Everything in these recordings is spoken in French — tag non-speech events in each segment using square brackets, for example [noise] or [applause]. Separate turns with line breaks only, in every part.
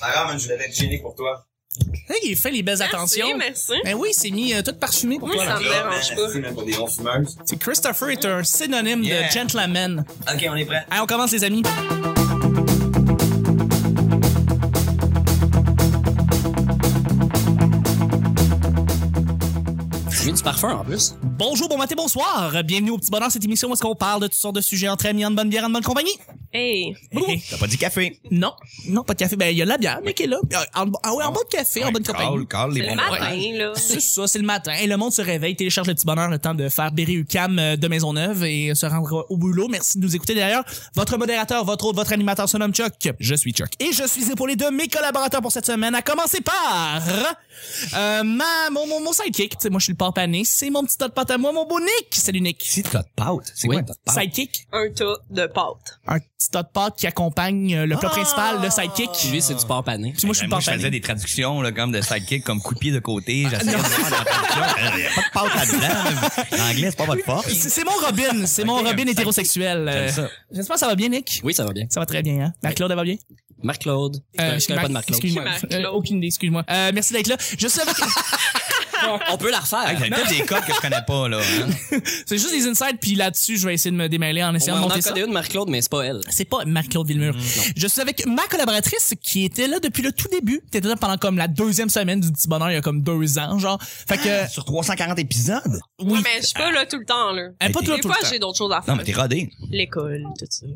Marrant, man, je voulais être génique pour toi.
Hein, il fait les belles attentions.
merci.
Ben oui, c'est mis euh, tout parfumé pour
Oui,
toi.
ça
là.
me dérange pas.
C'est même pour des non fumeuses.
C'est Christopher est un synonyme
Yeah.
de gentleman.
Ok, on est prêt.
Allez, on commence les amis.
J'ai du parfum en plus.
Bonjour, bon matin, bonsoir. Bienvenue au Petit Bonheur, cette émission où est-ce qu'on parle de toutes sortes de sujets entre amis, en bonne bière, en bonne compagnie.
Hey,
T'as pas dit café.
Non, non, pas de café. Ben, il y a la bière, mais qui est là. Ah, en- ah ouais, en bas de café, en bonne compagnie.
Call, call les
c'est le
bons
matin, là.
C'est ça, c'est le matin. Et le monde se réveille, télécharge le petit bonheur, le temps de faire Berry UCAM euh, de Maisonneuve et se rendre au boulot. Merci de nous écouter d'ailleurs. Votre modérateur, votre hôte, votre animateur se nomme Chuck. Je suis Chuck. Et je suis épaulé de mes collaborateurs pour cette semaine, à commencer par euh, ma, mon, mon, mon sidekick. Tu sais, moi, je suis le porte-pané. C'est mon petit tas de pâte à moi, mon beau Nick. Salut Nick.
C'est de la pâte. C'est quoi de la pâte?
Sidekick,
Un tas de pâtes.
un petit tas de pâte qui accompagne euh, le plat
Ah!
principal, le sidekick.
Lui, c'est du porc pané.
Puis moi, je suis le
Ben, je faisais
porte-pané.
des traductions là, comme de sidekick, comme coup de pied de côté.
Ah,
J'essayais de voir la [laughs] traduction. Euh, Il y a pas de pâte là-dedans. L'anglais, c'est pas votre force.
C'est c'est mon Robin, c'est mon
Ok, un
Robin
sidekick.
hétérosexuel. Euh,
J'aime ça.
J'espère que ça va bien, Nick.
Oui, ça va bien.
Ça va très bien, hein? Marc-Claude, elle va bien?
Marc-Claude. je connais
Marc-
pas de Marc-Claude.
Euh, Excuse-moi.
Marc-Claude.
Euh, aucune idée, excuse-moi. Euh, merci d'être là. Je suis
[laughs]
avec...
On peut la refaire.
Hey, J'avais peut-être des codes que je connais pas, là. hein.
C'est juste des insides, puis là-dessus, je vais essayer de me démêler en
On
essayant de
en
monter ça.
connaît Mm, une, Marc-Claude, mais c'est pas elle.
C'est pas Marc-Claude Villemur. je suis avec ma collaboratrice qui était là depuis le tout début. T'étais là pendant comme la deuxième semaine du petit bonheur, il y a comme deux ans, genre. Fait que,
Sur 340 épisodes?
oui.
Ouais, mais je suis pas là tout le temps, là.
Elle est pas
Hey,
tout là
Des
tout
fois,
le temps.
j'ai d'autres choses à
Non,
faire.
mais t'es rodé.
L'école, tout ça.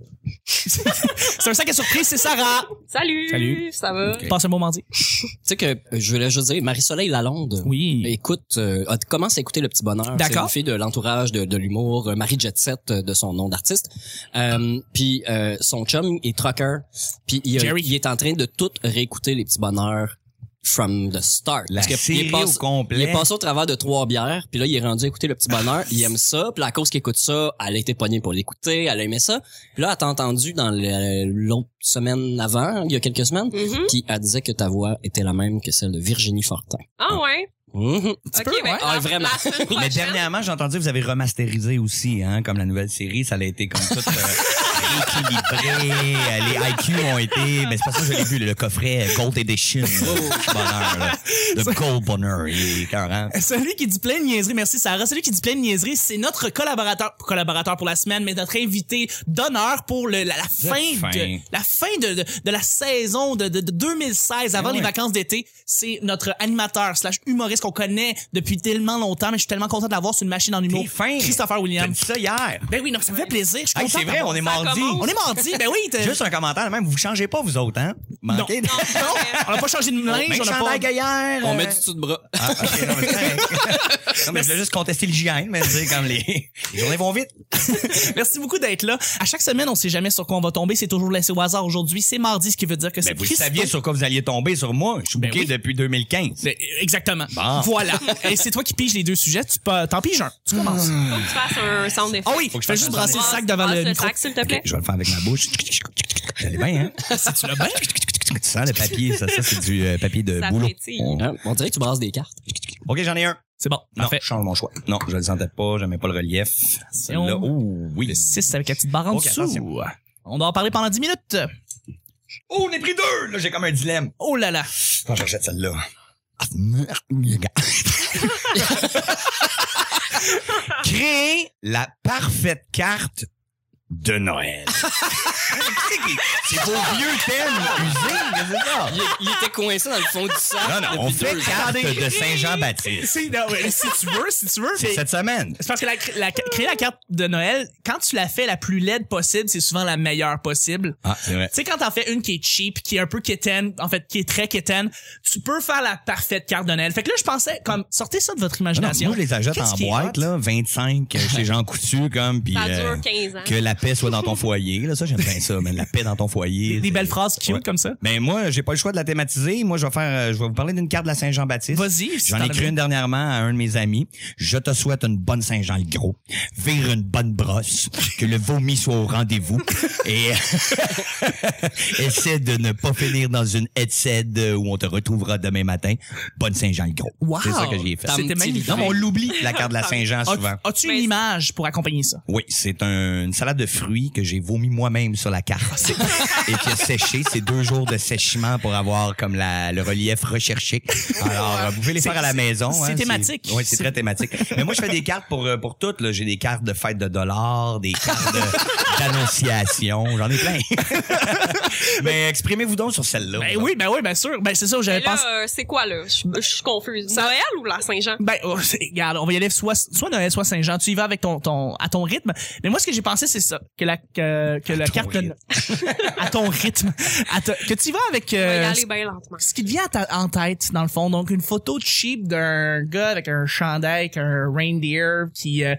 C'est un sac à surprise, c'est Sarah.
Salut!
Salut.
Ça va?
Passe un bon mardi.
Tu sais que, euh, je voulais juste dire, Marie-Soleil Lalonde.
Oui.
Écoute, euh, a- commence à écouter Le Petit Bonheur.
D'accord.
C'est une fille de l'entourage de, de l'humour, euh, Marie Jetset euh, de son nom d'artiste. Euh, puis euh, son chum est trucker. Puis il, a-
Jerry.
il est en train de tout réécouter Les Petits Bonheurs from the start.
La
Parce que il est
série
passé-
au complet.
Il est passé au travers de trois bières, puis là, il est rendu à écouter le petit bonheur. Il aime ça, puis la cause qui écoute ça, elle a été pognée pour l'écouter, elle a aimé ça. Puis là, elle t'a entendu dans le- l'autre semaine avant, il y a quelques semaines,
Mhm.
puis elle disait que ta voix était la même que celle de Virginie Fortin.
Ah ouais?
Mhm.
Ok,
peu,
ben,
ouais.
la-
Ah, vraiment.
La semaine
Mais
prochaine,
dernièrement, j'ai entendu que vous avez remasterisé aussi, hein, comme la nouvelle série, ça a été comme tout euh, équilibré, euh, les IQ ont été, mais c'est pas ça que je l'ai vu, le coffret Gold Edition, le bonheur, là. le Gold Bonheur, il est carrément.
Euh, Celui qui dit plein de niaiseries, merci Sarah. Celui qui dit plein de niaiseries, c'est notre collaborateur, collaborateur pour la semaine, mais notre invité d'honneur pour le, la, la fin,
fin.
de la fin de, de, de la saison de, de, de 2016 avant
Eh
les
ouais.
vacances d'été. C'est notre animateur slash humoriste qu'on connaît depuis tellement longtemps, mais je suis tellement content de l'avoir sur une machine en humour.
T'es fin.
Christopher
T'as dit
Williams.
ça hier.
Ben oui, non, ça me fait plaisir. Je suis
Hey,
content
c'est vrai,
d'avoir-
on est
Ça
mardi.
commence.
On est mardi. Ben oui, t'as-
Juste un commentaire, même, vous changez pas, vous autres, hein? Manquez de...
[laughs] non, on n'a pas changé de linge,
Même
on n'a
ben, chandail
pas.
que hier,
On
euh,
met du tout de bras.
Ah, ok, non, mais c'est correct. Non, mais je voulais juste contester l'hygiène, mais c'est comme les... les journées vont vite.
[laughs] Merci beaucoup d'être là. À chaque semaine, on sait jamais sur quoi on va tomber. C'est toujours laissé au hasard. Aujourd'hui, c'est mardi, ce qui veut dire que c'est
Ben, vous
Christo-
saviez sur quoi vous alliez tomber sur moi. Je suis
Ben
bouqué
oui.
depuis 2015.
Ben, Exactement.
Bon.
Voilà. Et c'est toi qui piges les deux sujets. Tu peux- t'en piges un. Tu commences.
faut que tu fasses un sound effect.
Ah oui,
Faut que
je vais
je fasse
juste
un
brasser le
Brasse-
sac devant
brasse
le
Ah, le
micro.
sac, s'il te plaît.
Je vais le faire avec ma bouche. Vous allez bien, hein?
Si tu l'as bien.
Tu sens le papier, ça, ça c'est du euh, papier de
Ça
boulot.
pétille.
Hein? On dirait que tu brasses des cartes.
OK, j'en ai un.
C'est bon.
Non,
Parfait.
je change mon choix. Non, je le sentais pas, j'aimais pas le relief. Celui-là, oh oui.
Le 6 avec la petite barre en
Ok,
dessous.
attention.
On doit en parler pendant 10 minutes.
Oh, on est pris deux! Là, j'ai comme un dilemme.
Oh là là.
Attends, j'achète celle-là. Ah, merde, les [laughs] gars. Créer la parfaite carte de Noël. C'est vos vieux thèmes usés, mais c'est ça.
Il, il était coincé dans le fond du sac.
Non, non, on
depuis
fait
deux
carte de Saint-Jean-Baptiste.
Si, non, mais si tu veux, si tu veux.
C'est [laughs] cette semaine.
C'est parce que la, la- créer la carte de Noël, quand tu la fais la plus laide possible, c'est souvent la meilleure possible.
Ah, c'est vrai.
Tu sais, quand t'en fais une qui est cheap, qui est un peu quétaine, en fait, qui est très quétaine, tu peux faire la parfaite carte de Noël. Fait que là, je pensais, comme, sortez ça de votre
Ah Non,
imagination.
moi, je les achète
Qu'est-ce
en
qui est
boîte,
hot?
là, 25 euh, chez Jean Coutu, comme, puis
Ça
euh,
dure 15 ans.
que la paix soit dans ton foyer. Là, ça, j'aime bien ça, mais la paix dans ton foyer.
Des, des
c'est-
belles phrases cute
Ouais.
comme ça.
Ben moi, j'ai pas le choix de la thématiser. Moi, je vais faire, euh, je vais vous parler d'une carte de la Saint-Jean-Baptiste.
Vas-y. si
J'en
t'en
ai
as
écrit une dernièrement à un de mes amis. Je te souhaite une bonne Saint-Jean le gros, vire une bonne brosse, que le vomi soit au rendez-vous et [laughs] essaie de ne pas finir dans une headset où on te retrouvera demain matin. Bonne Saint-Jean le gros.
Wow.
C'est ça que j'ai fait.
T'as un
C'était
petit
magnifique.
livret.
Non, mais on l'oublie la carte de la Saint-Jean
As-
souvent.
As-tu
Mais-
une image pour accompagner ça?
Oui, c'est un- une salade de fruit que j'ai vomi moi-même sur la
Ah,
carte [laughs] et qui a séché. C'est deux jours de séchement pour avoir comme la, le relief recherché. Alors, euh, vous pouvez les faire à la maison.
c'est thématique.
Oui, c'est
C'est-
très thématique. Mais moi, je fais des cartes pour, euh, pour toutes. là. J'ai des cartes de fête de dollars, des cartes de- d'annonciation. J'en
[laughs]
ai plein. Mais exprimez-vous donc sur celle-là.
Ben oui, ben oui, bien sûr. Ben c'est ça,
Mais
j'avais
là,
pensé.
euh, c'est quoi, là? Je je suis confuse. Noël ou la Saint-Jean?
Ben, oh, [laughs] c'est- regarde, on va y aller soit, soit Noël, soit Saint-Jean. Tu y vas avec ton, ton, à ton rythme. Mais moi, ce que j'ai pensé, c'est ça. Que la, que, que la
ton
carte,
rythme.
[laughs] à ton rythme. À ta- que tu y vas avec,
On va y
euh,
aller bien lentement.
ce qui te vient à ta- en tête, dans le fond, donc une photo de cheap d'un gars avec un chandail, avec un reindeer, qui euh,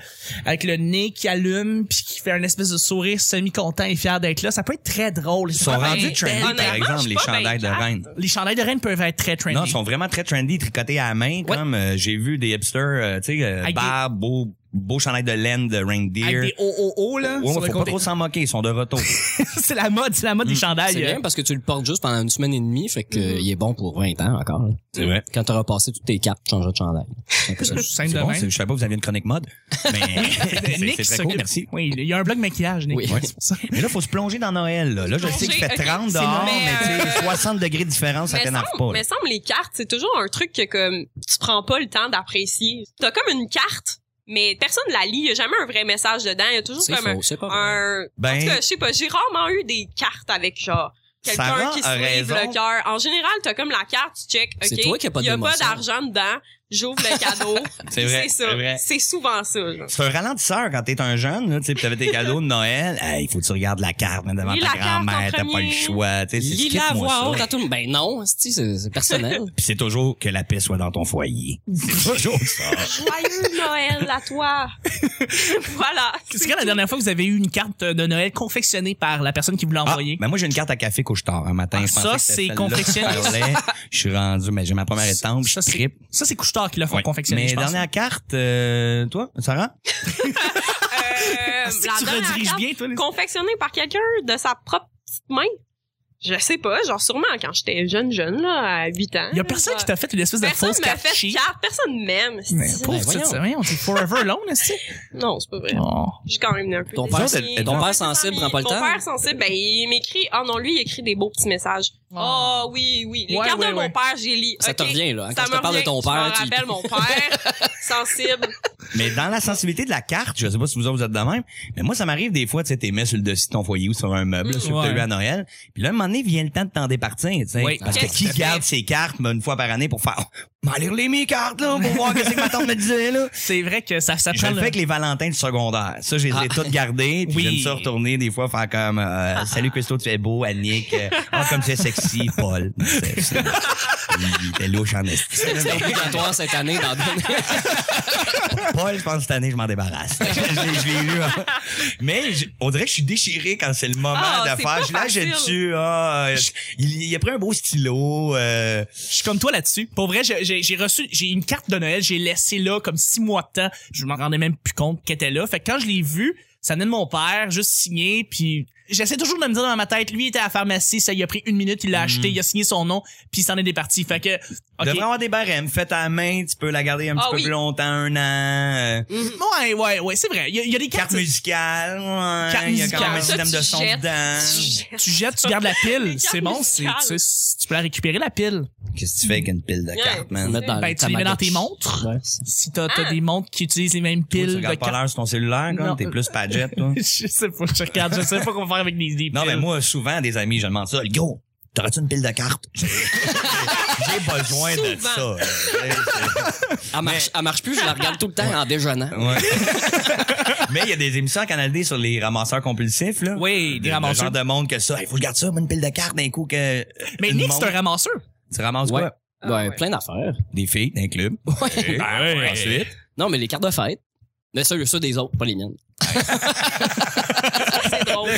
avec le nez qui allume, puis qui fait un espèce de sourire semi-content et fier d'être là. Ça peut être très drôle.
Ils sont rendus
ben,
trendy, par
honnêtement, je
exemple,
suis
les
pas
chandails de
ben
reine.
Les chandails de reine peuvent être très trendy.
Non, ils sont vraiment très trendy, tricotés à la main.
Ouais.
Comme euh, j'ai vu des hipsters, euh, tu sais, euh,
Avec des-
barbe, beau, beau chandail de laine de
avec
reindeer.
des OOO, là. sur
Ouais,
le
faut pas
côté.
trop Mm. s'en moquer, ils sont de retour.
[laughs] c'est la mode, c'est la mode des chandails. euh,
C'est bien parce que tu le portes juste pendant une semaine et demie, fait que euh, il est bon pour 20 ans encore. là.
C'est vrai.
Quand t'auras passé toutes tes cartes, tu changeras
[laughs]
de chandail.
euh,
C'est
simple de
bon,
même. Euh,
c'est- je savais pas que vous aviez une chronique mode. Mais [laughs] c'est-
Nick
c'est très
s'occupe-
cool, merci.
Oui, il y a un blog maquillage, Nick.
Oui.
Ouais, c'est pour ça.
Mais là, faut se plonger dans Noël. Là, Là, je sais qu'il fait
Plonger, ok.
30
C'est
dehors,
normal.
mais tu sais,
Mais, euh,
60 degrés de différence, ça
Mais
t'énerve
semble,
pas. là.
mais semble les cartes, c'est toujours un truc que comme tu prends pas le temps d'apprécier. T'as comme une carte, mais personne la lit. Y a jamais un vrai message dedans. Y a toujours
[laughs] C'est
comme un,
faux, c'est pas vrai.
un-
Ben-
En tout cas, je sais pas. J'ai rarement eu des cartes avec genre quelqu'un
Sarah
qui
a
se lève
raison.
le cœur. En général, t'as comme la carte, tu check.
C'est
Ok.
toi qui a pas
y a pas
d'émotion.
d'argent dedans. J'ouvre le cadeau.
[laughs] C'est
Puis
vrai, c'est vrai.
ça. C'est souvent ça. là.
C'est un ralentisseur quand t'es un jeune, là, tu sais, pis t'avais tes cadeaux de Noël. Hey, il faut que tu regardes la carte hein, devant
Lis
ta
la carte en
grand-mère, t'as pas le
premier.
choix. tu sais, c'est
Lis-la à
skip-moi ça.
voix haute à tout le monde. Ben non, c'est c'est- c'est personnel.
Puis c'est toujours que la paix soit dans ton foyer. C'est
[laughs]
toujours ça.
Joyeux Noël à toi. [laughs] voilà.
C'est quand la dernière fois que vous avez eu une carte de Noël confectionnée par la personne qui vous l'a
Ah,
envoyée?
ben moi j'ai une carte à café couche-tard un matin.
Ah,
Je pensais
ça,
que c'était
c'est
celle-là
confectionné.
que je parlais. Je suis rendu, mais j'ai ma première étampe, je
ça, c'est,
trippe.
ça, c'est Couche-Tard qui l'a fait
Ouais.
confectionner,
Mais
je pense.
dernière carte, euh, toi, Sarah? [laughs]
Euh,
Si
la
tu
dernière
rediriges
carte
bien, toi, les-
confectionné par quelqu'un de sa propre petite main. Je sais pas, genre sûrement quand j'étais jeune jeune là à 8 ans.
Il y a personne qui t'a fait une espèce de
Personne
fausse
me
carte
fait de
cheap.
carte, personne m'aime.
Mais
c'est-
pauvre
Ben,
petite,
voyons.
c'est rien, on est forever alone, est-ce que-
Non, c'est pas vrai.
Oh.
J'ai quand même eu un peu
Ton
des
père,
amis.
c'est-
ton
Mon
père sensible
des
prend pas le
amis.
temps?
Mon père sensible, ben il m'écrit Ah non, lui il écrit des beaux petits messages.
Ah.
Oh.
Oh, oui, oui, les
Ouais,
cartes
ouais,
de
ouais.
mon père, j'ai lu.
Ça
Ok,
te revient, là. hein,
Ça
Quand je
me
te parle de
revient.
ton père,
Je me rappelle
[laughs]
mon père, sensible.
Mais dans la sensibilité de la carte, je sais pas si vous autres vous êtes de même, mais moi ça m'arrive des fois, tu sais, t'es mis sur le dessus de ton foyer ou sur un meuble,
Mm,
sur que t'as
ouais.
eu à Noël. Puis là, un moment donné, vient le temps de t'en départir, tu sais.
Oui.
Parce que
Qu'est-ce
qui
que tu
garde ses cartes ben, une fois par année pour faire, oh, m'en lire les mes cartes, là, pour voir qu'est-ce que ma tante me disait, là.
C'est vrai que ça, ça
Je
prend
le fais
le...
avec les Valentins du secondaire. Ça, je les ai
Ah.
toutes gardées. Puis
Oui.
j'aime ça retourner des fois faire comme euh, Salut Christo, tu es beau, Annick. Euh, Ah, comme tu es sexy,
[laughs]
Paul. C'est- c'est- Il était louche en esti.
C'est obligatoire cette année d'en donner.
Paul, je pense que cette année, je m'en débarrasse. je, l'ai- je l'ai lu. hein. Mais je- on dirait que je suis déchiré quand c'est le moment
Ah,
de
c'est
faire.
pas
Je la
facile.
jette-tu. Ah, euh, il, il a pris un beau stylo. euh,
Je suis comme toi là-dessus. Pour vrai, j'ai- j'ai j'ai reçu, j'ai une carte de Noël, j'ai laissé là comme six mois de temps. Je m'en rendais même plus compte qu'elle était là. Fait que quand je l'ai vue, ça venait de mon père, juste signé, puis j'essaie toujours de me dire dans ma tête, lui il était à la pharmacie, ça il a pris une minute, il
Mm.
l'a acheté, il a signé son nom, puis il s'en est départi. Fait que, ok.
Devrait avoir des barèmes. Faites à la main, tu peux la garder un petit
Ah
peu
oui.
plus longtemps, un an. euh,
Ouais, ouais, ouais, c'est vrai. Il y, a- il y a des cartes.
Carte musicale, ouais,
Carte
il y a quand même un
musicale.
système
Ça,
de
tu
son
jettes,
dedans.
tu jettes.
tu jettes, tu gardes la
[laughs]
pile.
Des
C'est
cartes
bon, c'est,
musicales.
tu, sais, tu peux la récupérer la pile.
Qu'est-ce que tu fais avec une pile de
Ouais.
cartes, man?
Mettre dans
Ben,
ta
tu les mets dans
Tamagotchi.
tes montres.
Ouais.
Si t'as, t'as des montres qui utilisent les mêmes
Toi, Ah! tu
piles de
regardes pas
cartes.
l'heure sur ton cellulaire,
Non.
comme t'es plus Padgett, toi?
[laughs] je sais pas, je regarde, je sais pas quoi faire avec des, des
Non,
piles.
mais moi, souvent, des amis, je demande ça. Yo, t'aurais-tu une pile
[laughs]
de cartes? J'ai j'ai besoin de ça.
Souvent.
Elle marche, elle marche plus, je la regarde tout le temps en déjeunant.
Ouais. mais il y a des émissions à Canal D sur les ramasseurs compulsifs, là.
Oui, des
Le- le
ramasseurs.
genre de monde que ça. Il faut que je garde ça, moi, une pile de cartes d'un coup que.
Mais
une
Nick, c'est un
montre.
ramasseur.
Tu ramasses
Ouais.
quoi?
Ah,
ben,
ouais.
plein d'affaires.
Des filles d'un club.
Ouais.
Ah
Ben
ouais. Ensuite.
[laughs]
Non, mais les cartes de fête. Mais ça, ceux des autres, pas les miennes.
C'est drôle.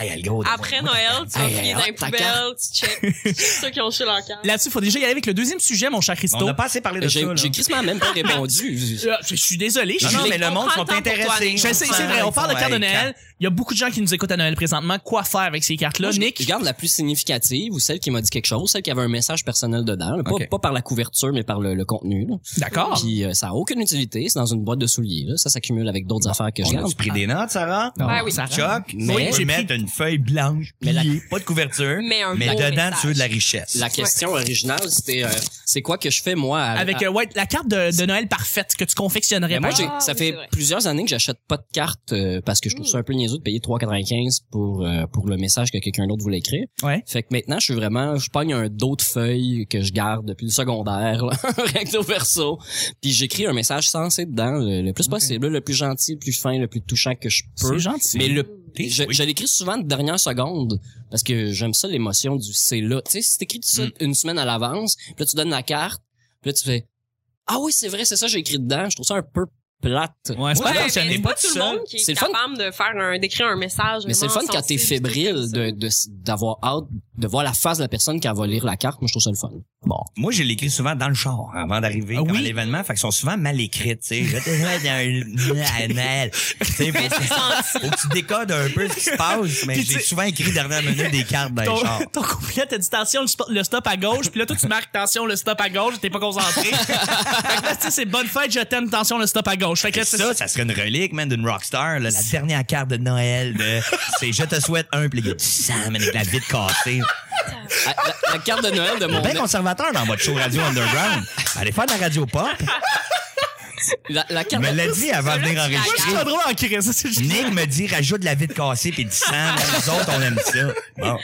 Hey, elle go,
Après Noël, tu vas
Hey, hey,
fouiller dans les
ta
poubelles, tu check ceux qui ont chez
[laughs]
leur carte.
Là-dessus, faut déjà y aller avec le deuxième sujet, mon cher
On
Christo.
n'a pas assez parlé de ça,
J'ai
là.
j'ai quasiment même pas répondu.
Euh, Je je suis désolé. je
Non,
suis
non,
dé-
mais le monde
comprends
sont
le temps pour toi,
intéressés.
Nick.
je sais, c'est vrai, on parle de carte de Noël. Il y a beaucoup de gens qui nous écoutent à Noël présentement. Quoi faire avec ces cartes-là,
Moi, je-
Nick?
Je garde la plus significative ou celle qui m'a dit quelque chose, celle qui avait un message personnel dedans. là. Pas,
Ok.
pas par la couverture, mais par le, le contenu. là.
D'accord.
Puis euh, ça a aucune utilité, c'est dans une boîte de souliers. là. Ça s'accumule avec d'autres affaires que je
On
garde.
a pris des notes, Sarah?
Non,
Ben oui.
ça rentre.
Chuck,
Mais-
mais tu
Ah. j'ai
peux mettre une feuille blanche,
Mais la-
pliée, pas de couverture, mais,
Mais un beau
dedans,
message.
tu veux de la richesse.
La question originale, c'était euh, c'est quoi que je fais moi à-
Avec
à-
euh, ouais, la carte de, de Noël parfaite que tu confectionnerais.
Mais moi,
par
j'ai-
exemple.
Ah,
ça
oui,
fait
c'est vrai.
plusieurs années que j'achète pas de carte euh, parce que je trouve ça un peu niaiseux de payer 3,95 pour euh, pour le message que quelqu'un d'autre voulait écrire.
Ouais.
Fait que maintenant, je suis vraiment, je pogne un dos de feuilles que je garde depuis le secondaire, là, [laughs] recto verso, puis j'écris un message sensé dedans, le, le plus possible, le plus gentil, le plus fin, le plus touchant que je peux.
c'est gentil.
Mais le
T'es
je,
sweet.
je l'écris souvent de dernière seconde parce que j'aime ça l'émotion du c'est là. Tu sais, si t'écris tout ça
Mm.
une semaine à l'avance, puis là tu donnes la carte, puis là tu fais Ah oui, c'est vrai, c'est ça que j'ai écrit dedans, je trouve ça un peu plate.
Ouais, c'est
Ouais,
pas
mais
grave, j'en ai
c'est
pas
pas
tout
tout le
seul.
monde qui est,
C'est le fun.
capable de faire un d'écrire un message.
Mais c'est le fun
vraiment
quand t'es
sensible.
fébrile de de- d'avoir hâte de voir la face de la personne qui va lire la carte. Moi, je trouve ça le fun. Bon.
Moi, je l'écris souvent dans le char avant d'arriver
Ah
comme
oui?
à l'événement. Fait qu'ils sont souvent mal écrites, tu sais. Je te mets [laughs] dans un Noël. Tu sais, faut, faut que tu décodes un peu ce qui se passe, mais
Puis
j'ai
tu-
souvent écrit dernière minute des cartes dans le [laughs] char.
Ton, ton couplet, t'as dit tension, le spo- le stop à gauche, puis là, toi, tu marques tension, le stop à gauche, t'es pas concentré. [laughs] fait que là, tu sais, c'est bonne fête, je t'aime, tension, le stop à gauche. Fait que là, c'est
Ça, ça serait une relique, man, d'une rockstar. là. la dernière carte de Noël, de- c'est Je te souhaite un pli du sang, man, avec la vitre cassée.
La, Ah, la- la carte de Noël de mon
Bien conservateur dans votre show Radio Underground. Allez faire de la radio pop.
la, la
Il
carte
me l'a dit avant de venir
Moi, je
enregistrer.
suis pas drôle en crise, c'est juste-
Nick me dit rajoute de la vitre cassée puis du sang. man. Nous autres, on aime ça. Bon.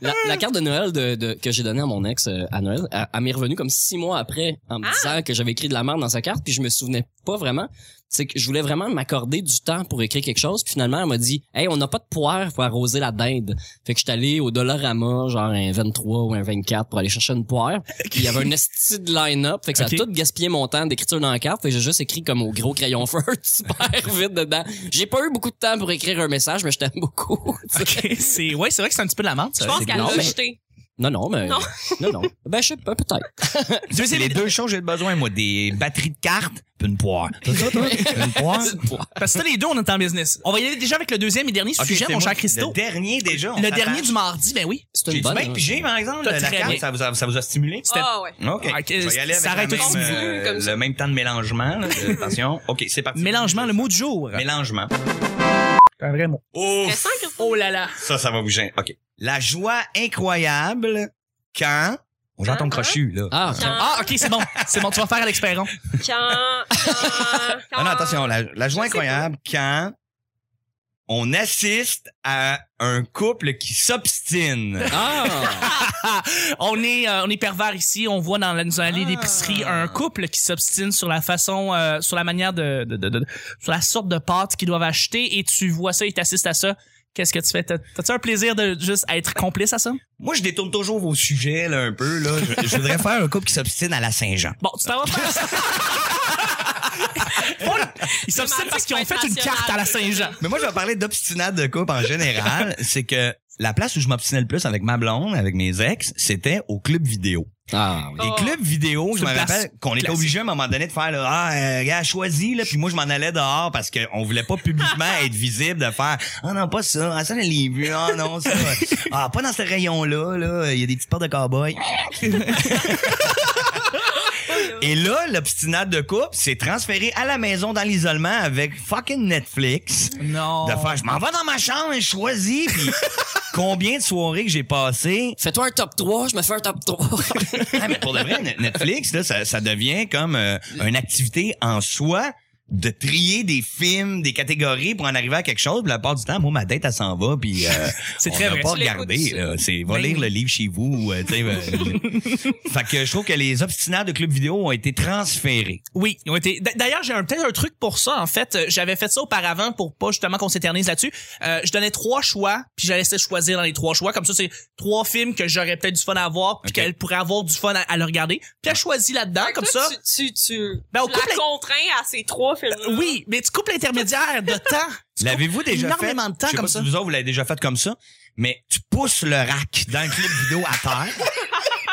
La, la carte de Noël de, de- que j'ai donnée à mon ex euh, à Noël, elle, elle m'est revenue comme six mois après en me disant que j'avais écrit de la merde dans sa carte, puis je me souvenais pas vraiment. C'est que je voulais vraiment m'accorder du temps pour écrire quelque chose, puis finalement elle m'a dit "Hey, on n'a pas de poire pour arroser la dinde." Fait que j'étais allé au Dollarama genre un 23 ou un 24 pour aller chercher une poire. Puis il y avait un esti de line-up, fait que ça
Ok.
a tout gaspillé mon temps d'écriture dans la carte, fait que j'ai juste écrit comme au gros crayon [laughs] feu super vite dedans. J'ai pas eu beaucoup de temps pour écrire un message, mais je t'aime [laughs] beaucoup. tu sais.
Ok, c'est ouais, c'est vrai que c'est un petit peu de la merde.
Je
Ça.
pense
c'est
qu'elle
non,
l'a
mais-
jeté.
Non non, mais
Non.
[laughs] non non. Ben je sais pas peut-être.
C'est les deux choses que j'ai besoin, moi. Des batteries de cartes puis une poire. T'as ça, toi? une poire?
Parce que ça, les deux, on est en business. On va y aller déjà avec le deuxième et dernier
Ok,
sujet,
c'est
mon
moi.
cher Christo.
Le dernier, déjà. on
Le
s'attend.
dernier du mardi, ben oui.
C'est
J'ai du
une bonne.
bien pigé, par exemple,
T'as
la
très bien.
carte, ça vous, a, ça vous a stimulé?
Ah ouais.
OK.
Ah,
Je vais y aller avec
ça
la
arrête
même,
aussi
euh,
vite, comme ça.
le même temps de mélangement. là, de- attention. OK, c'est parti.
Mélangement, le mot du jour.
Mélangement.
Un vrai mot.
Oh,
Récent, Christophe?
Oh là là.
ça, ça va vous gêner. OK. La joie incroyable quand... On
Ah,
j'entends
ah.
crochu, là.
Ah,
Quand-
Ah, ok, c'est bon. C'est bon, tu vas faire Alex Perron.
Quand, quand,
Ah non, attention, la, la joie
Je sais
incroyable quand on assiste à un couple
[laughs]
qui s'obstine.
ah,
On est, euh, on est pervers ici. On voit dans la nous allée
Ah.
d'épicerie un couple qui s'obstine sur la façon, euh, sur la manière de, de, de, de- sur la sorte de pâte qu'ils doivent acheter et tu vois ça et t'assistes à ça. Qu'est-ce que tu fais? T'as- T'as-tu un plaisir de juste être complice à ça?
Moi, je détourne toujours vos sujets, là, un peu, là. Je, je voudrais faire un couple qui s'obstine à la Saint-Jean.
Bon, tu t'en vas faire ça. Bon, Ils s'obstinent parce qu'ils ont fait une carte à la Saint-Jean.
Mais moi, je vais parler d'obstinade de couple
[laughs]
en général. C'est que la place où je m'obstinais le plus avec ma blonde, avec mes ex, c'était au club vidéo.
ah, oui.
Les
Oh.
clubs vidéo, je
C'est
me
une place
rappelle qu'on était
classique.
obligé à un moment donné de faire là, ah, euh, gars, choisis là, puis moi je m'en allais dehors parce qu'on voulait
[laughs]
pas publiquement être visible de faire ah non pas ça, ah ça les livres, ah non ça, ah pas dans ce rayon là là, il y a des petites portes
[laughs]
de cowboy. Et là, l'obstinate de couple s'est transféré à la maison dans l'isolement avec fucking Netflix
Non.
de faire je m'en vais dans ma chambre et je choisis
[laughs]
puis combien de soirées que j'ai passées
Fais-toi un top 3, je me fais un top 3.
ah, mais pour de vrai, Net- Netflix, là, ça, ça devient comme euh, une activité en soi de trier des films, des catégories pour en arriver à quelque chose. Puis La part du temps, moi, ma date, elle s'en va, puis euh,
[laughs] C'est
on
très
va
vrai.
pas
Tu l'écoutes,
regarder.
tu-
là. C'est va
Ben
lire
oui.
le livre chez vous. ou, euh, tu
[laughs]
sais, euh, fait que je trouve que les obstinats de club vidéo ont été transférés.
Oui, ils ont été. d- D'ailleurs, j'ai un- peut-être un truc pour ça. En fait, Euh, j'avais fait ça auparavant pour pas justement qu'on s'éternise là-dessus. Euh, je donnais trois choix, puis je la laissais choisir dans les trois choix. Comme ça, c'est trois films que j'aurais peut-être du fun à voir, puis
Ok. Ah.
qu'elle pourrait avoir du fun à, à le regarder. Puis elle choisit là-dedans,
Fait que
comme
toi,
ça.
Tu, tu, tu,
Ben, au
tu
couple- euh,
la contrains à ces trois films.
Oui, mais tu coupes l'intermédiaire de temps. Tu
L'avez-vous déjà fait?
énormément de temps
Je sais
comme
pas si
ça.
vous autres, vous l'avez déjà fait comme ça, mais tu pousses le rack
[laughs]
dans le club vidéo à terre,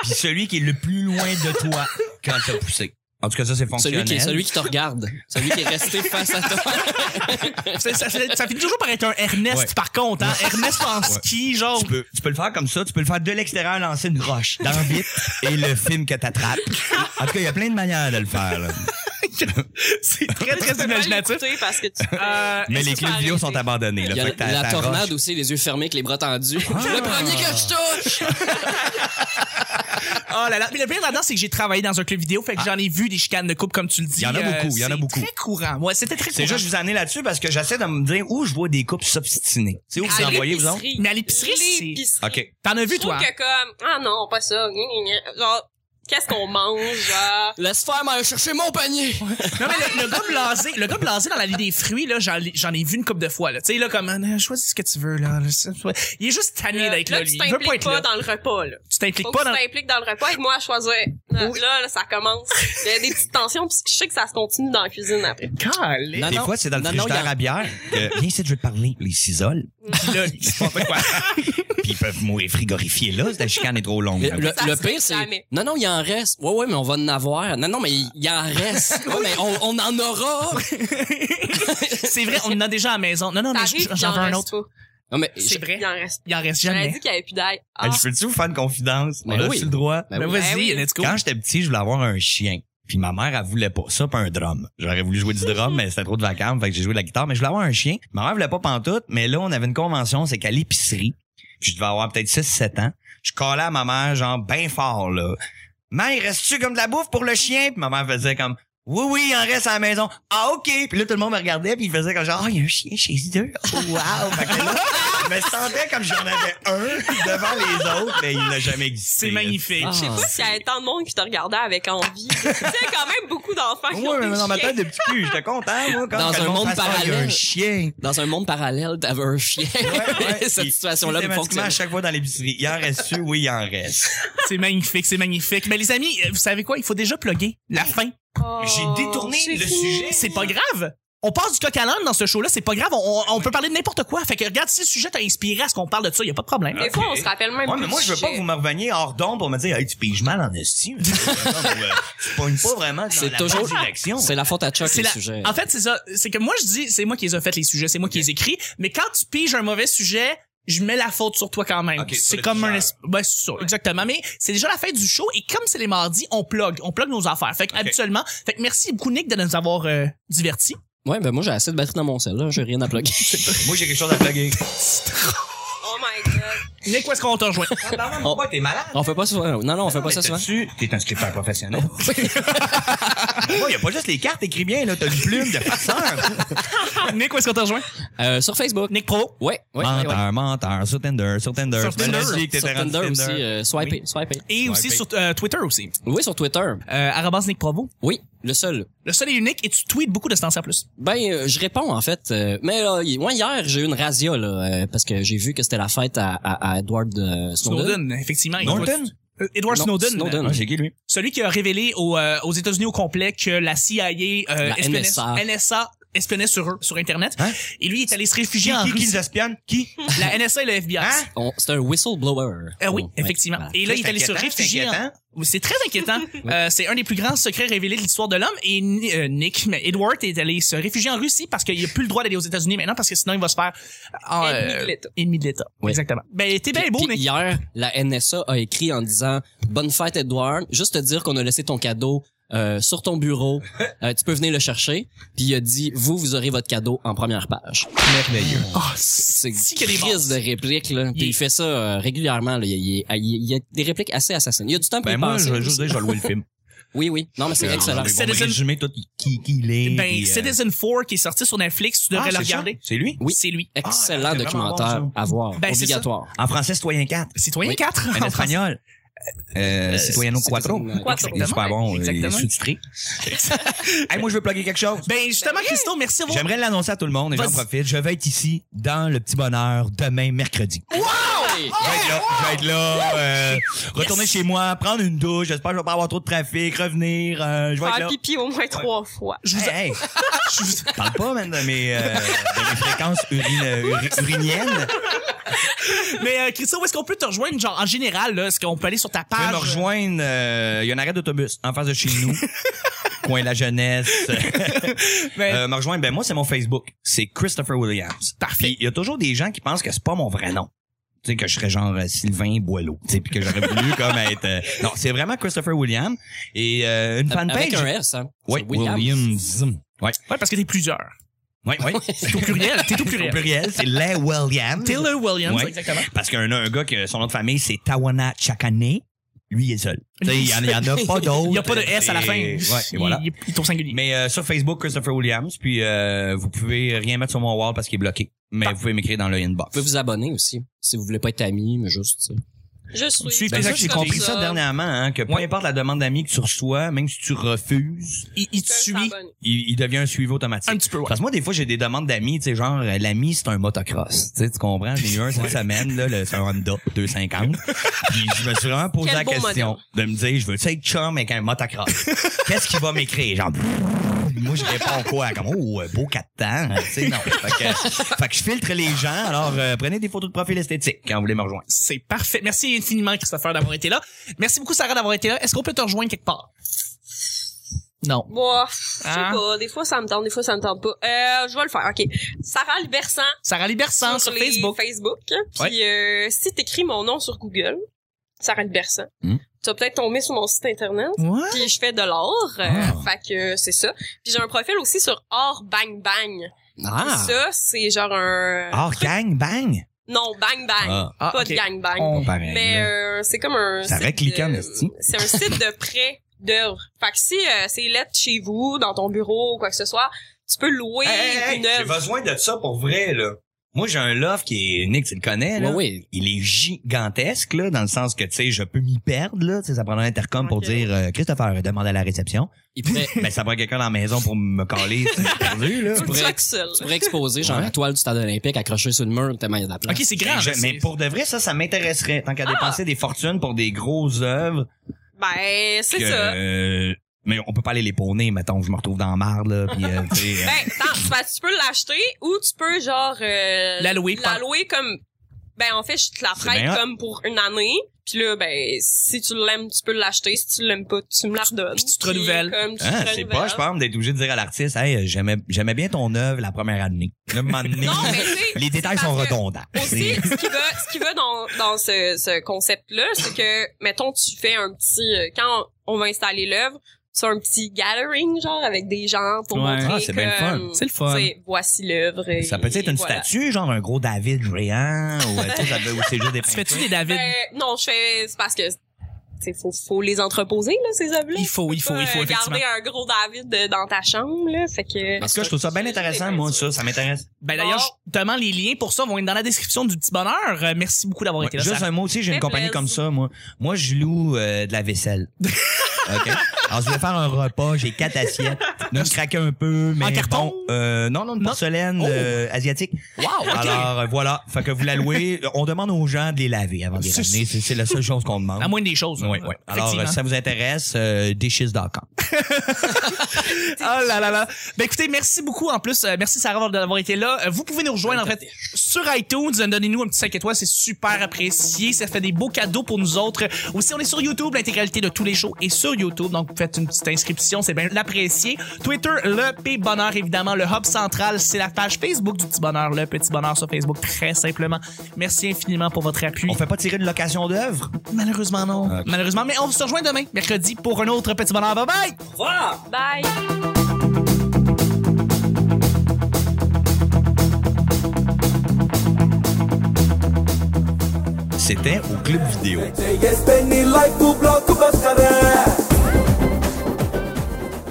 puis celui qui est le plus loin de toi quand t'as poussé. En tout cas, ça, c'est
Celui
fonctionnel.
qui, celui qui te regarde. Celui qui est resté face à toi.
C'est- ça, ça- ça finit toujours par être un Ernest,
Ouais.
par contre. Hein? Ernest en ski, genre.
Tu peux, tu peux le faire comme ça, tu peux le faire de l'extérieur, lancer une roche dans vite et le film que t'attrapes. En tout cas, il y a plein de manières de le faire. là.
[laughs] C'est très,
Tu peux
très
pas
imaginatif.
l'écouter parce que tu.
Euh,
Mais les
ça
clips
peut
vidéo
arriver.
sont abandonnés. là.
Il y a
Fait que ta-
la
ta
tornade
roche- Ah.
aussi, les yeux fermés avec les bras tendus. Le premier que je touche!
oh là là. Mais le pire là-dedans, c'est que j'ai travaillé dans un club vidéo, fait que j'en ai vu des chicanes de couple, comme tu le dis.
Ah.
euh,
Il y en a beaucoup, il y en a
c'est
beaucoup.
très courant. Ouais, c'était très courant.
C'est juste, je vous en ai là-dessus parce que j'essaie de me dire où je vois des couples s'obstiner. C'est où vous
À
en voyez, vous autres?
l'épicerie.
Mais à l'épicerie, c'est-
L'épicerie.
OK.
T'en as
Je
vu,
trouve
toi?
que comme, ah non, pas ça. gna, gna, gna. Genre, qu'est-ce qu'on mange, genre.
Laisse faire, mais chercher mon panier!
Non, mais le, le gars blasé, le gars blasé dans la vie des fruits, là, j'en, ai- j'en ai vu une couple de fois, là. Tu sais, là, comme, euh, choisis ce que tu veux, là. Il est juste tanné d'être là,
Euh, Là,
lui.
tu
Il veut pas
t'impliques
être
pas
là.
dans le repas, là.
Tu t'impliques
Faut
pas
que
dans...
tu t'impliques dans le repas. Aide-moi à choisir. Là, là, ça commence. Il y a des petites tensions, puis je sais que ça se continue dans la cuisine après.
Calé.
Non,
Des
non.
fois, c'est dans le
Non, non,
frigidaire
il y en-
à bière. que, Viens ici, je vais te parler. Ils s'isolent.
Là, il se passe pas quoi.
[laughs] Puis ils peuvent mourir frigorifiés là. La chicane est trop longue.
Le, le-
Ça
le
se
pire,
fait
c'est.
jamais.
Non, non, il en reste. Ouais, ouais, mais on va en avoir. Non, non, mais il il en reste. Ouais, mais on, on en aura.
C'est vrai, on en a déjà à la maison. Non, non,
Ça
mais
arrive,
j-
il
j'en
en
veux un
reste
autre.
pas.
Non, mais.
C'est
je-
vrai.
Il en reste.
Il en reste
On a dit
jamais.
qu'il n'y avait plus d'ail. Ah,
Ben, Je peux-tu vous faire une confidence?
Ben
On
oui.
a-tu le droit?
Ben
Ben
oui.
vas-y,
Ben oui.
let's go.
Quand j'étais petit, je voulais avoir un chien. Puis ma mère, elle voulait pas ça, pas un drum. J'aurais voulu
[laughs]
jouer du drum, mais c'était trop de vacances, fait que j'ai joué de la guitare. Mais je voulais avoir un chien. Ma mère voulait pas pantoute, mais là, on avait une convention, c'est qu'à l'épicerie, puis je devais avoir peut-être 6-7 ans, je collais à ma mère, genre, bien fort, là. « Mère, reste-tu comme de la bouffe pour le chien? » Puis ma mère faisait comme « Oui, oui, il en reste à la maison. Ah, OK! » Puis là, tout le monde me regardait, puis il faisait comme genre « Ah, il y a un chien chez eux! [laughs] Oh, wow! » Fait que là, je me sentais comme j'en avais un devant les autres, mais il n'a jamais existé.
C'est magnifique.
Ah.
Je sais pas s'il y avait tant de monde qui te regardait avec envie. [laughs] tu sais, quand même beaucoup d'enfants qui
Moi,
Ah, ont des
dans ma
chiens.
tête de petit cul, j'étais content, moi, quand
Dans
que
un
le
monde
fasse, Ah, il y a
parallèle.
un chien.
Dans un monde parallèle, t'avais un chien.
ouais.
[laughs] Cette
Puis,
[laughs] situation-là me
systématiquement,
fonctionne.
à chaque fois dans l'épicerie. Il en reste tu Oui, il en reste.
C'est magnifique, c'est magnifique. Mais les amis, euh, vous savez quoi? Il faut déjà plugger la fin.
Oh,
J'ai détourné
c'est
le
fou.
sujet.
C'est pas grave. On passe du coq à l'âne dans ce show-là, c'est pas grave. On, on peut parler de n'importe quoi. Fait que regarde, si le sujet t'a inspiré à ce qu'on parle de ça, y a pas de problème.
Des fois, on se rappelle même
Ouais,
plus
mais moi,
du
je veux pas
sujet.
que vous me reveniez hors d'ombre pour me dire, hey, tu piges mal en estime. tu euh,
[laughs]
pognes pas vraiment dans
C'est
la
toujours-
bonne direction.
[laughs] C'est la faute à Chuck,
C'est
le
la- Ah.
sujet.
En fait, c'est ça. C'est que moi, je dis, c'est moi qui les ai fait les sujets, c'est moi qui les écris. Mais quand tu piges un mauvais sujet, je mets la faute sur toi quand même.
Ok, sur
c'est
le
comme un...
pigeur.
es- Ouais, c'est ça, exactement. Mais c'est déjà la fin du show et comme c'est les mardis, on plug. On plug nos affaires. Fait que habituellement... Fait que merci beaucoup, Nick, de nous avoir euh, divertis.
Ouais, ben moi, j'ai assez de batterie dans mon sel, là. J'ai rien à plugger.
Moi, j'ai quelque chose à plugger.
Oh my god.
Nick, où est-ce qu'on te rejoint?
Ah,
Tabarnak, mon boy, t'es malade.
on fait pas souvent. Non, non, on fait pas
Mais
ça souvent.
t'as-tu- T'es un scripteur
[laughs]
professionnel. [laughs] Il y a pas juste les cartes, écris bien, là. T'as une plume de
[laughs]
farceur.
[laughs] Nick, où est-ce qu'on te rejoint?
Euh, sur Facebook.
Nick Pro.
Ouais, ouais. ouais, ouais.
Menteur, menteur, sur Tinder, sur Tinder.
Sur
Tu m'as
Tinder.
dit que
Sur
t'étais rendu
Tinder aussi,
Tinder.
euh, swiper, swiper.
Et aussi
ben.
sur euh, Twitter aussi.
Oui, sur Twitter.
Euh, arrobas Nick Provo.
Oui, le seul.
Le seul et unique et tu tweets beaucoup de ce temps-ci en plus.
Ben, euh, je réponds en fait. Euh, mais là, hi- moi hier, j'ai eu une razzia là, euh, parce que j'ai vu que c'était la fête à, à, à Edward euh, Snowden.
Snowden, effectivement.
Norton?
Euh, Edward
Non,
Snowden.
Snowden.
Ah, c'est qui, lui?
Celui qui a révélé aux, euh, aux États-Unis au complet que la CIA euh,
La
espionnait,
NSA.
NSA espionnait sur eux, sur Internet.
Hein?
Et lui, il est allé se
Qui,
réfugier en
qui, qui
Russie.
les espionne? Qui?
La NSA et le FBI.
Hein?
On- C'est un whistleblower.
Euh, oui,
Ouais,
effectivement.
voilà.
Et là, il est
C'est
allé se
inquiétant,
réfugier.
c'est
en-
inquiétant.
Oui, C'est très inquiétant. Euh, c'est un des plus grands secrets révélés de l'histoire de l'homme. Et Ni- euh, Nick, mais Edward est allé se réfugier en Russie parce qu'il a plus le droit d'aller aux États-Unis maintenant parce que sinon il va se faire euh,
Ennemi de l'État.
ennemi de l'État.
Oui.
Exactement. Ben, t'es bien
Puis-
beau,
puis
Nick.
Hier, la NSA a écrit en disant Bonne fête, Edward. Juste te dire qu'on a laissé ton cadeau euh, sur ton bureau. Euh, tu peux venir le chercher. Puis il a dit Vous, vous aurez votre cadeau en première page.
Merveilleux.
Oh,
C'est
si qu'il y a des bases.
crise de réplique. Là. Puis
Il-
il fait ça euh, régulièrement. Là. Il, il- il- il y a des répliques assez assassines. Il y a du temps pour
Ben,
y
moi,
penser.
je vais juste dire, Ah, je vais louer
[laughs]
le film.
Oui, oui. Non, mais c'est excellent.
Ils vont
Citizen-
résumer tout qui, qui il est.
Ben,
puis, euh,
Citizen 4 qui est sorti sur Netflix, tu
ah,
devrais le
c'est ça?
regarder.
C'est lui?
Oui.
C'est lui.
Excellent
Ah, c'est vraiment
documentaire
bon, ça.
à voir.
Ben, c'est
obligatoire.
En français,
[laughs]
Citoyen 4.
Citoyen
Oui.
4.
En espagnol. Euh, Citoyeno
c'est-
Cuatro.
c'est-
Cuatro.
Il est super bon. euh, Il est
Exactement. [laughs]
sous-titré. hey, moi, je veux plugger quelque chose.
Ben justement, Christo, merci à vous.
J'aimerais l'annoncer à tout le monde et j'en
Vas-y.
profite. Je vais être ici dans le petit bonheur demain, mercredi.
Ah,
Hey!
Je vais être là, je vais être là, euh, retourner chez moi, prendre une douche. J'espère que je vais pas avoir trop de trafic, revenir. euh, je vais être
Faire
là.
pipi au moins trois fois.
Je vous,
Hey, hey, parle pas même de mes, euh, de mes fréquences urine- euh, uri- uriniennes.
Mais euh, Christo, où est-ce qu'on peut te rejoindre genre en général là, est-ce qu'on peut aller sur ta
Tu peux
page
me rejoindre. euh, Il y a un arrêt d'autobus en face de chez nous. coin la jeunesse.
Ben,
Euh, me rejoindre, ben moi, c'est mon Facebook. C'est Christopher Williams. Parfait. Il y a toujours des gens qui pensent que c'est pas mon vrai nom. Tu sais, que je serais genre euh, Sylvain Boileau. Tu sais, puis que j'aurais voulu comme être... euh, Non, c'est vraiment Christopher Williams. Et euh, une fanpage...
Avec un S, hein?
Oui,
C'est William.
Williams. Ouais,
ouais, parce que t'es plusieurs.
ouais, ouais.
T'es au pluriel. T'es au
Au
pluriel.
pluriel, c'est Les Williams.
Taylor Williams,
Mm. Ouais.
exactement.
Parce qu'il y en a un gars que son nom de famille, c'est Tawana Chakane. Lui, il est seul. Tu sais, Il y, en- il y en a
[laughs]
pas d'autres.
Il n'y a pas de S à la fin.
Et- Ouais, et voilà.
Il, il est au singulier.
Mais euh, sur Facebook, Christopher Williams, puis euh, vous pouvez rien mettre sur mon wall parce qu'il est bloqué. Mais vous pouvez m'écrire dans le
Vous
inbox.
pouvez vous abonner aussi, si vous voulez pas être ami, mais juste, tu sais.
Je suis.
Suivez
Ben
tes
ça,
actions
j'ai
comme
compris ça, dernièrement, hein, que peu
Ouais.
importe la demande d'amis que tu reçois, même si tu refuses,
il, il te
Je suis
suit
abonné.
il, il devient un suivi automatique.
un petit peu, ouais.
Parce que moi, des fois, j'ai des demandes d'amis, tu sais, genre, euh, l'ami, c'est un motocross. Tu sais, tu comprends? J'ai eu un [laughs] cette semaine, là, le- c'est un Honda 250. Puis je me suis vraiment posé
Quel
la
beau
question de me dire, je veux être chum avec un motocross. Qu'est-ce qu'il va m'écrire? Genre, [laughs] moi, je réponds quoi? Comme, oh, euh, beau quatre temps. Tu sais, non. Fait que, fait que je filtre les gens. Alors, euh, prenez des photos de profil esthétique quand vous voulez me rejoindre.
C'est parfait. Merci infiniment, Christopher, d'avoir été là. Merci beaucoup, Sarah, d'avoir été là. Est-ce qu'on peut te rejoindre quelque part? Non.
Moi, je sais
Hein?
pas. Des fois, ça me tente, des fois, ça me tente pas. Euh, je vais le faire. OK. Sarah Libersan
Sarah Libersan sur,
sur, les
Facebook.
Puis euh, si t'écris mon nom sur Google, Sarah Libersan,
Hmm.
tu vas peut-être tomber sur mon site internet.
Ouais.
Puis je fais de l'art. euh,
Ah.
Fait que euh, c'est ça. Puis j'ai un profil aussi sur Art Bang Bang.
Ah!
Ça, c'est genre un...
Or, Ah, gang, bang!
Non, Bang Bang.
Ah.
Ah,
pas
ok.
de Gang Bang.
On-
Pas pareil.
Mais
là.
euh, c'est comme un.
Ça
site
aurait
de-
cliqué en esti.
[laughs] C'est un site de prêt d'œuvres. Fait que si euh, c'est lettre chez vous, dans ton bureau ou quoi que ce soit, tu peux louer
Hey, hey, hey,
une
j'ai
œuvre.
besoin de ça pour vrai, là.
Moi, j'ai un love qui est, Nick, tu le connais, là.
Ouais, oui.
il est gigantesque là dans le sens que tu sais je peux m'y perdre là tu sais ça prend un intercom pour
Ok.
dire euh, Christopher demande à la réception
Il pourrait,
mais ça prend quelqu'un dans la maison pour me caler tu
[laughs]
sais, je suis perdu là
Tu le
pourrais-
fais tout seul.
tu pourrais exposer, genre,
Ouais.
la toile du stade olympique accrochée sur le mur, tellement il y a de la place.
OK, c'est grand.
Je-
là,
mais
c'est-
pour de vrai ça ça m'intéresserait tant qu'à
Ah!
dépenser des fortunes pour des grosses œuvres
Ben, c'est
que
ça.
euh, mais on peut pas aller les pôner mettons je me retrouve dans la marde là puis euh, tu sais,
[laughs]
euh,
Ben, attends, tu fais- tu peux l'acheter ou tu peux genre euh,
La louer par-
la louer comme ben en fait je te la
C'est bien
prête
hot.
comme pour une année. Puis là ben si tu l'aimes, tu peux l'acheter, si tu l'aimes pas, tu me la redonnes.
Puis tu te renouvelles.
Comme tu
hein,
te
c'est
renouvelles.
pas je pense d'être obligé de dire à l'artiste hey euh, j'aimais j'aimais bien ton œuvre la première année Le moment donné,
Non, mais tu sais,
les détails
c'est
sont
parce que-
redondants
Aussi, ce qui va, ce qui va dans, dans ce, ce concept-là, c'est que, mettons, tu fais un petit, euh, quand on va installer l'œuvre, tu fais un petit gathering, genre, avec des gens pour
Ouais.
montrer
Ah, c'est bien le fun.
comme,
C'est le fun.
tu sais, voici l'œuvre. et-
Ça peut être
et
une
voilà.
statue, genre un gros David géant, ou, euh, tu sais, ça
[laughs]
peut- ou c'est juste des
Tu fais-tu des
peintures.
David?
Ben, non, je fais, c'est parce que, c'est faut, faut les entreposer, là, ces œuvres-là.
il faut, il faut,
Pas,
il faut,
euh,
effectivement.
Garder un gros David euh, dans ta chambre, là, fait que...
Parce que je trouve ça bien intéressant, moi, ça, ça m'intéresse.
Ben d'ailleurs, justement, les liens pour ça vont être dans la description du petit bonheur. Euh, merci beaucoup d'avoir
Ouais,
été là.
juste
Sarah.
un mot aussi, j'ai
Fais
une compagnie
plaisir.
comme ça, moi. Moi, je loue euh, de
[laughs]
la vaisselle. OK? Alors, je voulais faire un repas, j'ai quatre assiettes. Ne me craquer un peu, mais
En carton?
bon. Euh, non, non, une
Non.
porcelaine
Oh.
euh, asiatique.
Wow, ok.
Alors, euh, voilà. Fait que vous la louez. Euh, On demande aux gens de les laver avant de les
C'est-
ramener. C'est c'est la seule chose qu'on demande.
À moins des choses. hein.
Oui, oui. Ah. Alors, euh,
Effectivement.
si ça vous intéresse, euh, dishes.com.
Oh là là là. Ben écoutez, merci beaucoup en plus. Euh, merci Sarah d'avoir été là. Euh, Vous pouvez nous rejoindre en fait sur iTunes. Euh, Donnez-nous un petit 5 étoiles, c'est super apprécié. Ça fait des beaux cadeaux pour nous autres. Aussi, on est sur YouTube, l'intégralité de tous les shows est sur YouTube. Donc, vous faites une petite inscription, c'est bien l'apprécier. Twitter, le P Bonheur, évidemment. Le Hub Central, c'est la page Facebook du Petit Bonheur, le Petit Bonheur sur Facebook, très simplement. Merci infiniment pour votre appui.
On fait pas tirer une location d'œuvre?
Malheureusement, non.
Ok.
Malheureusement, mais on se rejoint demain, mercredi, pour un autre Petit Bonheur. Bye bye!
Bye!
C'était au Club Vidéo.
Ah,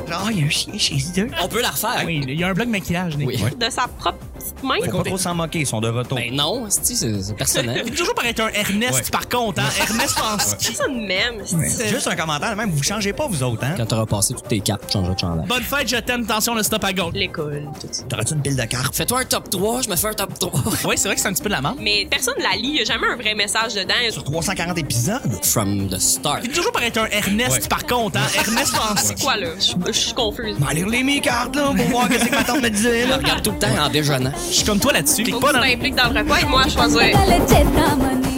Genre, il y a un chien chez eux.
On peut la refaire.
Oui, il y a un blog maquillage, Nick.
Oui.
[laughs]
De sa propre petite main.
Faut pas trop s'en moquer, ils sont de retour.
Ben non, c'est c'est- c'est personnel.
Il peut toujours paraître un Ernest,
Ouais.
par contre, hein? Ernest Fansky.
Personne m'aime.
C'est Juste un commentaire, même, vous changez pas, vous autres, hein?
Quand t'auras passé toutes tes cartes, tu changeras de chandail.
Bonne fête, je t'aime, tension, le stop à gauche.
L'école, tout ça.
T'aurais-tu une pile de cartes?
Fais-toi un top 3, je me fais un top 3.
Oui, c'est vrai que c'est un petit peu de la merde.
Mais personne la lit, il y a jamais un vrai message dedans.
Sur 340 épisodes?
From the start.
Il peut toujours paraître un Ernest,
Ouais.
par contre, hein? Ernest Fansky.
C'est quoi, là? Je je suis confuse.
Ben, allez lire mes cartes, là, pour voir qu'est-ce que ma tante me disait,
Je
là.
regarde tout le temps en déjeunant.
Je suis comme toi là-dessus. Clique
Faut
pas
que
dans
tu
le...
t'impliques dans le repas et moi, je choisis.
చేద్దామని